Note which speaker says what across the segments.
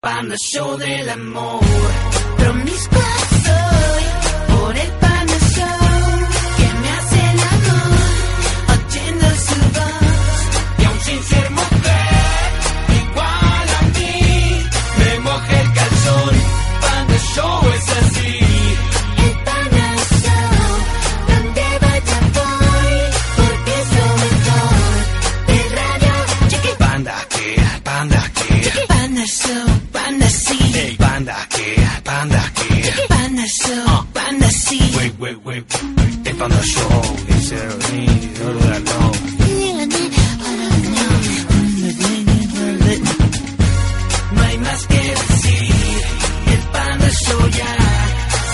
Speaker 1: Panda Show del amor. Promiscua soy por el Panda Show que me hace el amor. Oyendo su voz y aún sin ser mujer, igual a mí, me moja el calzón. Panda Show es así. El Panda Show, donde vaya voy, porque es lo mejor. De radio, chiqui. Panda que, panda que. Panda Show, panda sí.
Speaker 2: Ey, panda que, panda que. Ah.
Speaker 1: Panda Show, panda sí.
Speaker 2: Wey, wey, wey. El panda show es el nido de la no.
Speaker 1: No hay más que decir. El Panda Show ya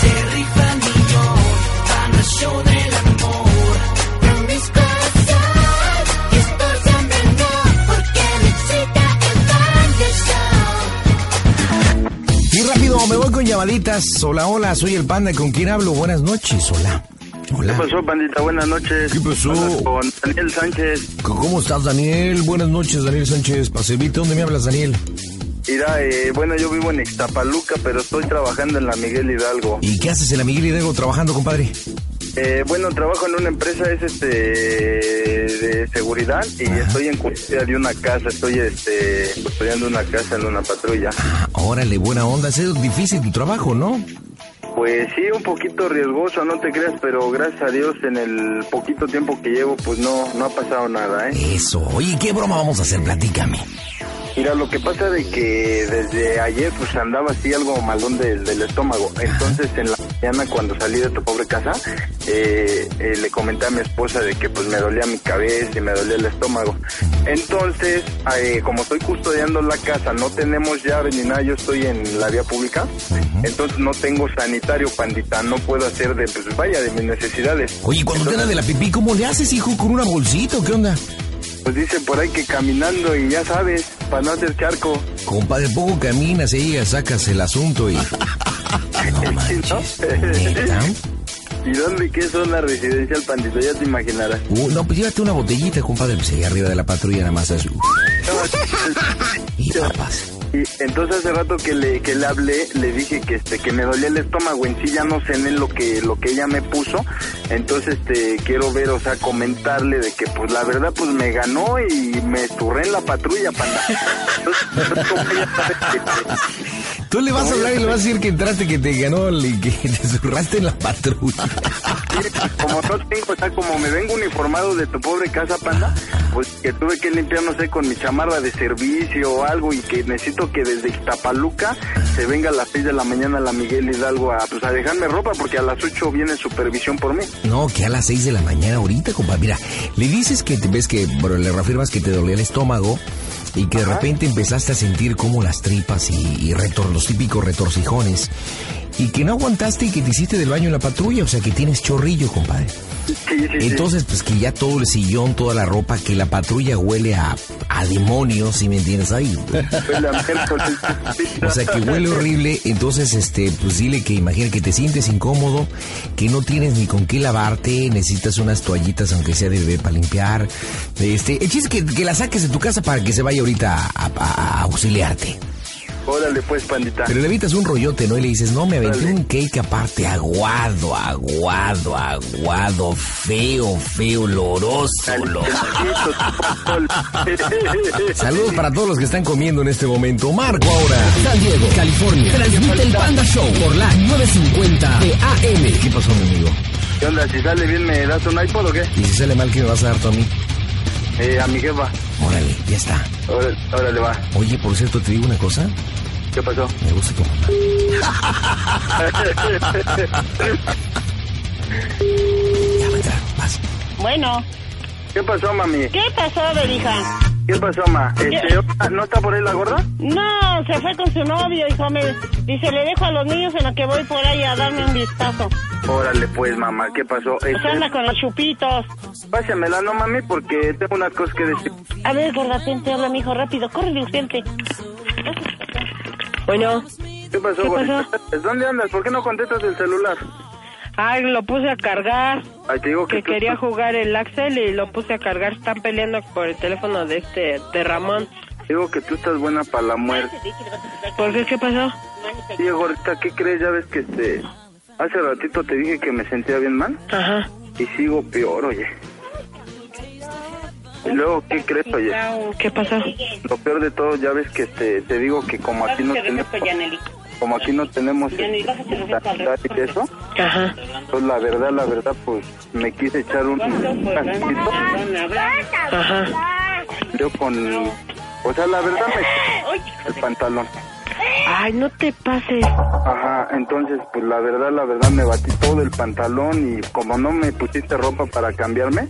Speaker 1: se rifa el millón. Panda Show del amor. Promiscua soy y estoy siempre no, porque me excita el Panda Show.
Speaker 3: Y rápido, me voy con llamaditas. Hola, hola, soy el panda. ¿Con quién hablo? Buenas noches, hola.
Speaker 4: ¿Qué
Speaker 3: Hola.
Speaker 4: pasó, bandita? Buenas noches.
Speaker 3: ¿Qué pasó?
Speaker 4: Hablas Con Daniel Sánchez.
Speaker 3: ¿Cómo estás, Daniel? Buenas noches, Daniel Sánchez Pacevita. ¿Dónde me hablas, Daniel?
Speaker 4: Mira, eh, bueno, yo vivo en Ixtapaluca, pero estoy trabajando en la Miguel Hidalgo.
Speaker 3: ¿Y qué haces en la Miguel Hidalgo trabajando, compadre?
Speaker 4: Eh, bueno, trabajo en una empresa es este de seguridad y estoy en custodia de una casa. Estoy este custodiando una casa en una patrulla.
Speaker 3: Ah, órale, buena onda. Es difícil tu trabajo, ¿no?
Speaker 4: Pues sí, un poquito riesgoso, no te creas, pero gracias a Dios en el poquito tiempo que llevo, pues no no ha pasado nada, ¿eh?
Speaker 3: Eso. Oye, ¿qué broma vamos a hacer? Platícame.
Speaker 4: Mira, lo que pasa de que desde ayer pues andaba así algo malón del, del estómago. Entonces en la mañana cuando salí de tu pobre casa, eh, eh, le comenté a mi esposa de que pues me dolía mi cabeza y me dolía el estómago. Entonces, eh, como estoy custodiando la casa, no tenemos llave ni nada, yo estoy en la vía pública, entonces no tengo sanitario, pandita, no puedo hacer de, pues vaya, de mis necesidades.
Speaker 3: Oye, ¿y cuando te da de la pipí, ¿cómo le haces, hijo? ¿Con una bolsita o qué onda?
Speaker 4: Pues dice por ahí que caminando y ya sabes, para no hacer charco.
Speaker 3: Compadre, poco caminas ahí, sacas el asunto y... No manches. ¿Neta?
Speaker 4: ¿Y dónde qué son la residencia del pandito? Ya te imaginarás.
Speaker 3: Uh, no, pues llévate una botellita, compadre. Pues ahí arriba de la patrulla nada más es... Y papas.
Speaker 4: Y entonces hace rato que le, que le hablé, le dije que este, que me dolía el estómago, en sí ya no cené lo que, lo que ella me puso, entonces este quiero ver, o sea, comentarle de que pues la verdad pues me ganó y me esturré en la patrulla, panda. Entonces, entonces, ¿cómo ella sabe que-
Speaker 3: Tú le vas a hablar y le vas a decir que entraste, que te ganó y que te zurraste en la patrulla.
Speaker 4: como no tengo, o sea, como me vengo uniformado de tu pobre casa, panda, pues que tuve que limpiar, no sé, con mi chamarra de servicio o algo y que necesito que desde Ixtapaluca se venga a las 6 de la mañana la Miguel Hidalgo a, pues, a dejarme ropa porque a las 8 viene supervisión por mí.
Speaker 3: No, que a las 6 de la mañana ahorita, compadre. Mira, le dices que te ves que, bueno, le reafirmas que te dolía el estómago y que de repente empezaste a sentir como las tripas y, y retor- los típicos retorcijones y que no aguantaste y que te hiciste del baño en la patrulla, o sea que tienes chorrillo, compadre.
Speaker 4: Sí, sí, sí.
Speaker 3: Entonces, pues que ya todo el sillón, toda la ropa, que la patrulla huele a, a demonio, si me entiendes ahí.
Speaker 4: Fue la miércoles.
Speaker 3: O sea, que huele horrible, entonces, este, pues dile que imagina que te sientes incómodo, que no tienes ni con qué lavarte, necesitas unas toallitas, aunque sea de bebé, para limpiar. Este, el chiste es que, que la saques de tu casa para que se vaya ahorita a, a- a auxiliarte.
Speaker 4: Órale, pues, pandita.
Speaker 3: Pero le evitas un rollote, ¿no? Y le dices, no, me aventé un cake aparte, aguado, aguado, aguado, feo, feo, oloroso, oloroso. Saludos para todos los que están comiendo en este momento. Marco ahora.
Speaker 5: San Diego, California. Transmite el Panda Show por la 950 de AM.
Speaker 3: ¿Qué pasó, mi amigo?
Speaker 4: ¿Qué onda? Si sale bien, ¿me das un iPod o qué?
Speaker 3: Y si sale mal, ¿qué me vas a dar tú a mí?
Speaker 4: Eh, a mi jefa.
Speaker 3: Órale, ya está.
Speaker 4: Órale, órale, va.
Speaker 3: Oye, por cierto, te digo una cosa.
Speaker 4: ¿Qué pasó?
Speaker 3: Me gusta como... Ya va a entrar, vas.
Speaker 6: Bueno,
Speaker 4: ¿Qué pasó, mami?
Speaker 6: ¿qué pasó, berija?
Speaker 4: ¿Qué pasó, ma? Este, ¿No está por ahí la gorda?
Speaker 6: No, se fue con su novio, hijo. Me dice, le dejo a los niños en lo que voy por ahí a darme un vistazo.
Speaker 4: Órale, pues, mamá, ¿qué pasó? Este,
Speaker 6: Pues anda con los chupitos.
Speaker 4: pásamela, no, mami, porque tengo unas cosas que decir.
Speaker 6: A ver, gorda, tente, habla, mijo, rápido. Corre de urgente. Bueno.
Speaker 4: ¿Qué pasó,
Speaker 6: ¿Qué
Speaker 4: gordita? ¿Dónde andas? ¿Por qué no contestas el celular?
Speaker 6: Ay, lo puse a cargar.
Speaker 4: Ay, te digo que,
Speaker 6: Que
Speaker 4: tú-
Speaker 6: quería jugar el Axel y lo puse a cargar. Están peleando por el teléfono de este, de Ramón.
Speaker 4: Digo que tú estás buena para la muerte.
Speaker 6: ¿Por qué? ¿Qué pasó?
Speaker 4: Oye, gordita, ¿qué crees? Ya ves que este... Hace ratito te dije que me sentía bien mal
Speaker 6: Ajá.
Speaker 4: y sigo peor, oye. Y luego, ¿qué crees, oye?
Speaker 6: ¿Qué pasó?
Speaker 4: Lo peor de todo, ya ves que este, te digo que como aquí no tenemos... Como aquí no tenemos este, sanidad y eso,
Speaker 6: Ajá.
Speaker 4: pues la verdad, la verdad, pues me quise echar un... un-
Speaker 6: Ajá.
Speaker 4: Yo con... O sea, la verdad me... El pantalón.
Speaker 6: Ay, no te pases.
Speaker 4: Ajá, entonces, pues la verdad, la verdad, me batí todo el pantalón y como no me pusiste ropa para cambiarme,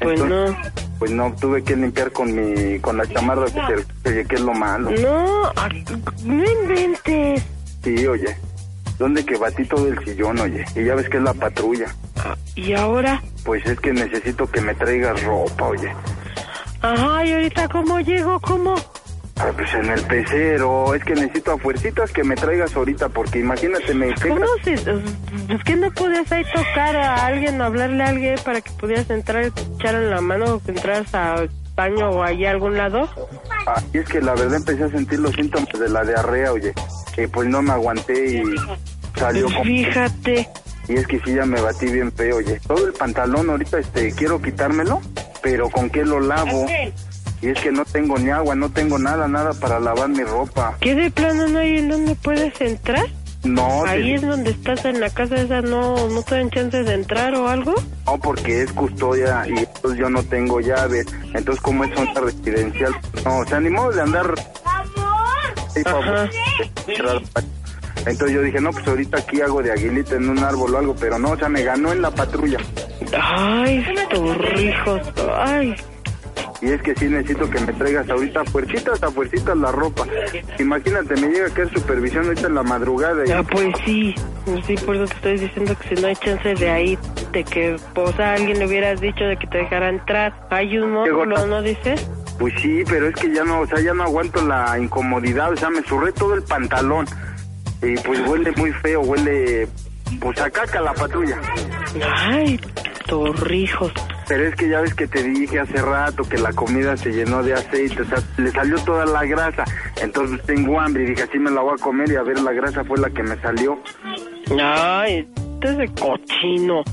Speaker 6: Pues
Speaker 4: entonces,
Speaker 6: no.
Speaker 4: pues no, tuve que limpiar con mi, con la chamarra que, te- que es lo malo.
Speaker 6: No, ay, no inventes.
Speaker 4: Sí, oye, donde que batí todo el sillón, oye, y ya ves que es la patrulla,
Speaker 6: Ah, ¿Y ahora?
Speaker 4: pues es que necesito que me traigas ropa, oye.
Speaker 6: Ajá, ¿y ahorita cómo llego? ¿Cómo?
Speaker 4: Ah, pues en el pecero, es que necesito a fuercitas que me traigas ahorita, porque imagínate, me...
Speaker 6: ¿Cómo se...? Es que no podías ahí tocar a alguien, hablarle a alguien para que pudieras entrar, echar en la mano o que entraras a baño o allá a algún lado.
Speaker 4: Ah, y es que la verdad empecé a sentir los síntomas de la diarrea, oye. Y pues no me aguanté y salió con... Y
Speaker 6: Fíjate.
Speaker 4: es que sí, ya me batí bien feo, oye. Todo el pantalón ahorita, este, quiero quitármelo, pero ¿con qué lo lavo? Y es que no tengo ni agua, no tengo nada, nada para lavar mi ropa.
Speaker 6: ¿Qué de plano no hay en dónde puedes entrar?
Speaker 4: No, te-
Speaker 6: Ahí es donde estás en la casa esa, no, no te dan chances de entrar o algo.
Speaker 4: no, porque es custodia y entonces yo no tengo llave. Entonces, como es una residencial, pues no, se animó de andar... Sí, por favor. Entonces yo dije, no, pues ahorita aquí hago de aguilita en un árbol o algo, pero no, o sea, me ganó en la patrulla.
Speaker 6: Ay, torrijos. Ay,
Speaker 4: Y es que sí necesito que me traigas ahorita fuercitas a fuercitas la ropa. Imagínate, me llega a caer supervisión ahorita en la madrugada.
Speaker 6: ya
Speaker 4: Y,
Speaker 6: pues sí. Sí, por eso te estoy diciendo que si no hay chance de ahí, de que, o sea, alguien le hubieras dicho de que te dejara entrar. Hay un módulo, ¿no dices?
Speaker 4: pues sí, pero es que ya no, o sea, ya no aguanto la incomodidad, o sea, me surré todo el pantalón. Y pues huele muy feo, huele pues a caca la patrulla.
Speaker 6: Ay, torrijos.
Speaker 4: Pero es que ya ves que te dije hace rato que la comida se llenó de aceite, o sea, le salió toda la grasa. Entonces tengo hambre y dije, así me la voy a comer y a ver, la grasa fue la que me salió.
Speaker 6: Ay, este es de cochino.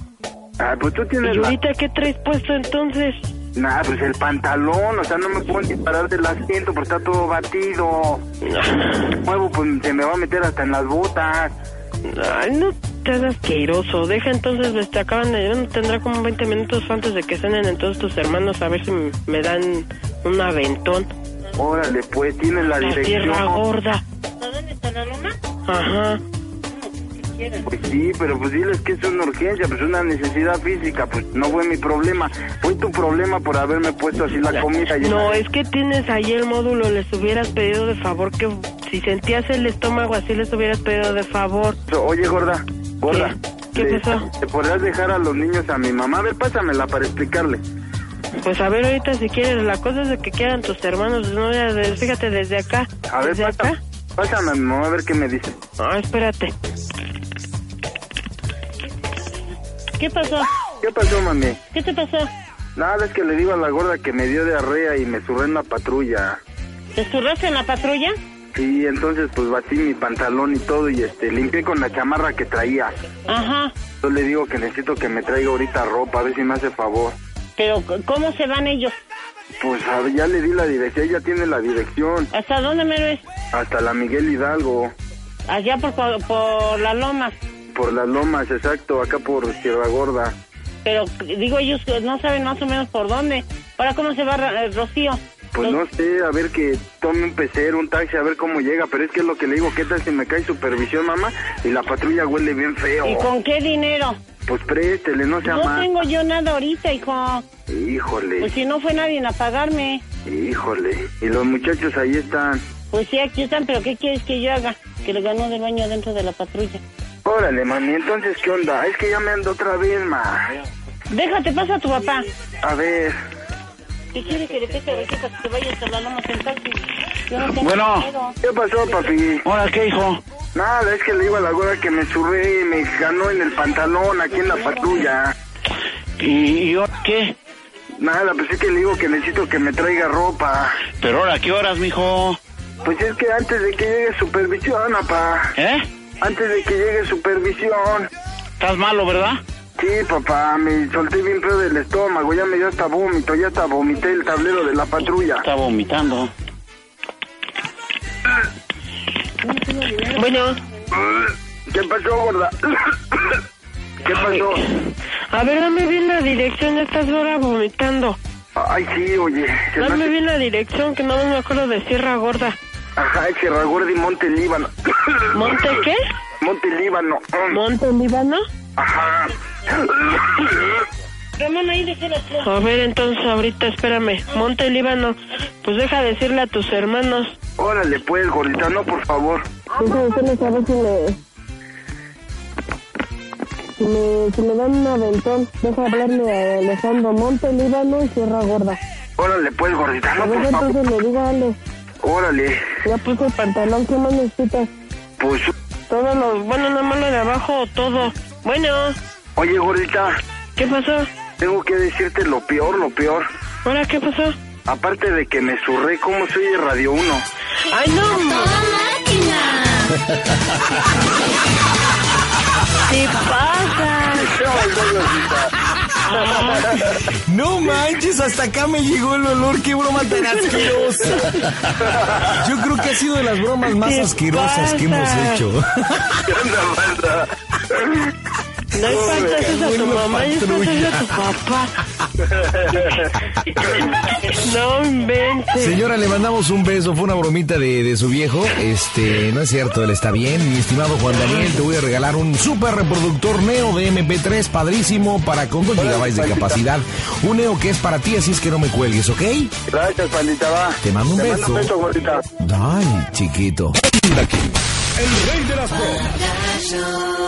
Speaker 4: Ah, pues tú tienes
Speaker 6: ¿Y
Speaker 4: la...
Speaker 6: ahorita qué traes puesto entonces?
Speaker 4: Nah, pues el pantalón, o sea, no me puedo ni parar del asiento porque está todo batido. Muevo, pues se me va a meter hasta en las botas.
Speaker 6: Ay, no estás asqueroso. Deja entonces, pues, te acaban de llegar, tendrá como 20 minutos antes de que cenen entonces tus hermanos a ver si m- me dan un aventón.
Speaker 4: Órale, pues, tienes la
Speaker 6: La tierra
Speaker 4: dirección.
Speaker 6: gorda. Ajá.
Speaker 4: Pues sí, pero pues diles que es una urgencia, pues una necesidad física, pues no fue mi problema. Fue tu problema por haberme puesto así la comida llena
Speaker 6: No,
Speaker 4: de-
Speaker 6: es que tienes ahí el módulo, les hubieras pedido de favor que si sentías el estómago así les hubieras pedido de favor.
Speaker 4: Oye, gorda, gorda.
Speaker 6: ¿Qué? ¿Qué
Speaker 4: ¿le-
Speaker 6: pasó?
Speaker 4: ¿Te podrás dejar a los niños a mi mamá? A ver, pásamela para explicarle.
Speaker 6: Pues a ver ahorita si quieres, la cosa es de que quieran tus hermanos, no ya de- fíjate desde acá.
Speaker 4: A ver,
Speaker 6: desde
Speaker 4: pásame,
Speaker 6: acá.
Speaker 4: pásame a mi mamá a ver qué me dice.
Speaker 6: Ah, espérate.
Speaker 7: ¿Qué pasó?
Speaker 4: ¿Qué pasó, mami?
Speaker 7: ¿Qué te pasó?
Speaker 4: Nada, es que le digo a la gorda que me dio diarrea y me surré en la patrulla.
Speaker 7: ¿Te zurraste en la patrulla?
Speaker 4: Sí, entonces pues batí mi pantalón y todo y este limpié con la chamarra que traía.
Speaker 7: Ajá.
Speaker 4: Yo le digo que necesito que me traiga ahorita ropa, a ver si me hace favor.
Speaker 7: Pero c- ¿cómo se van ellos?
Speaker 4: Pues a ver, ya le di la dirección, ella tiene la dirección.
Speaker 7: ¿Hasta dónde me ves?
Speaker 4: Hasta la Miguel Hidalgo,
Speaker 7: Allá por, por, por la loma.
Speaker 4: por las lomas, exacto, acá por Sierra Gorda.
Speaker 7: Pero c- digo, ellos eh, no saben más o menos por dónde. Ahora, ¿cómo se va Ra- eh, Rocío?
Speaker 4: Pues no sé, a ver que tome un pecero, un taxi, a ver cómo llega, pero es que es lo que le digo, ¿qué tal si me cae supervisión, mamá? Y la patrulla huele bien feo.
Speaker 7: ¿Y con qué dinero?
Speaker 4: Pues préstele, no sea
Speaker 7: No
Speaker 4: más.
Speaker 7: tengo yo nada ahorita, hijo.
Speaker 4: Híjole,
Speaker 7: Pues si no fue nadie a pagarme.
Speaker 4: híjole. Y los muchachos ahí están.
Speaker 7: Pues sí, aquí están, pero ¿qué quieres que yo haga? Que lo ganó del baño adentro de la patrulla.
Speaker 4: Órale, mami, entonces, ¿qué onda? Es que ya me ando otra vez, ma.
Speaker 7: Déjate, pasa a tu papá.
Speaker 4: A ver.
Speaker 7: ¿Qué quiere que le pese a Rocío para que te vayas a la loma en taxi? Yo no tengo
Speaker 2: Bueno.
Speaker 7: dinero.
Speaker 4: ¿Qué pasó, papi?
Speaker 2: Hola, ¿qué hijo?
Speaker 4: Nada, es que le digo a la gorda que me surré y me ganó en el pantalón, aquí en la patrulla.
Speaker 2: ¿Y, y yo qué?
Speaker 4: Nada, pues es que le digo que necesito que me traiga ropa.
Speaker 8: Pero ahora, ¿qué horas, mijo?
Speaker 4: Pues es que antes de que llegue supervisión, papá.
Speaker 8: ¿Eh?
Speaker 4: Antes de que llegue supervisión.
Speaker 8: Estás malo, ¿verdad?
Speaker 4: Sí, papá, me solté bien feo del estómago, ya me dio hasta vómito, ya hasta vomité el tablero de la patrulla.
Speaker 8: Está vomitando.
Speaker 6: Bueno,
Speaker 4: ¿Qué pasó, gorda? ¿Qué pasó?
Speaker 6: a ver, dame bien la dirección, ya estás ahora vomitando.
Speaker 4: Ay, sí, oye. se me
Speaker 6: Dame
Speaker 4: hace-
Speaker 6: bien la dirección, que no me acuerdo de Sierra Gorda.
Speaker 4: Ajá, es Sierra Gorda y Monte Líbano.
Speaker 6: ¿Monte qué?
Speaker 4: Monte Líbano. Mm.
Speaker 6: ¿Monte Líbano?
Speaker 4: Ajá.
Speaker 7: Ramón, ahí dejé las flores.
Speaker 6: A ver, entonces ahorita espérame. Monte Líbano, pues deja de decirle a tus hermanos.
Speaker 4: Órale, pues, gordita, no, por favor.
Speaker 6: Deja de decirles a ver si me... Si me, si me dan un aventón, deja hablarle a Alejandro Monte Líbano y Sierra Gorda.
Speaker 4: Órale, pues, gordita, no, por favor.
Speaker 6: le digo a Ale,
Speaker 4: Órale.
Speaker 6: ya puse el pantalón, ¿qué más necesitas?
Speaker 4: Pues,
Speaker 6: Todos los, bueno, nada más lo de abajo, todo. Bueno,
Speaker 4: oye, gordita,
Speaker 6: ¿qué pasó?
Speaker 4: tengo que decirte lo peor, lo peor.
Speaker 6: ¿Ahora qué pasó?
Speaker 4: Aparte de que me surré, ¿cómo soy de Radio 1?
Speaker 6: ¡Ay, no!
Speaker 1: Toda máquina.
Speaker 6: ¿Qué pasa?
Speaker 3: No manches, hasta acá me llegó el olor, qué broma tan asquerosa. Yo creo que ha sido de las bromas más
Speaker 6: ¿Qué
Speaker 3: asquerosas que hemos
Speaker 6: pasa?
Speaker 3: hecho.
Speaker 6: No espantas a tu
Speaker 3: Una
Speaker 6: mamá y espantas a tu papá. No inventes.
Speaker 3: Señora, le mandamos un beso, fue una bromita de, de su viejo. Este, no es cierto, él está bien. Mi estimado Juan Daniel, te voy a regalar un super reproductor Neo de MP3, padrísimo, para con 2 GB de capacidad. Un Neo que es para ti, así es que no me cuelgues, ¿ok?
Speaker 4: Gracias, pandita, va.
Speaker 3: Te mando un
Speaker 4: Te mando
Speaker 3: beso.
Speaker 4: un beso, gordita.
Speaker 3: Ay, chiquito.
Speaker 1: Show.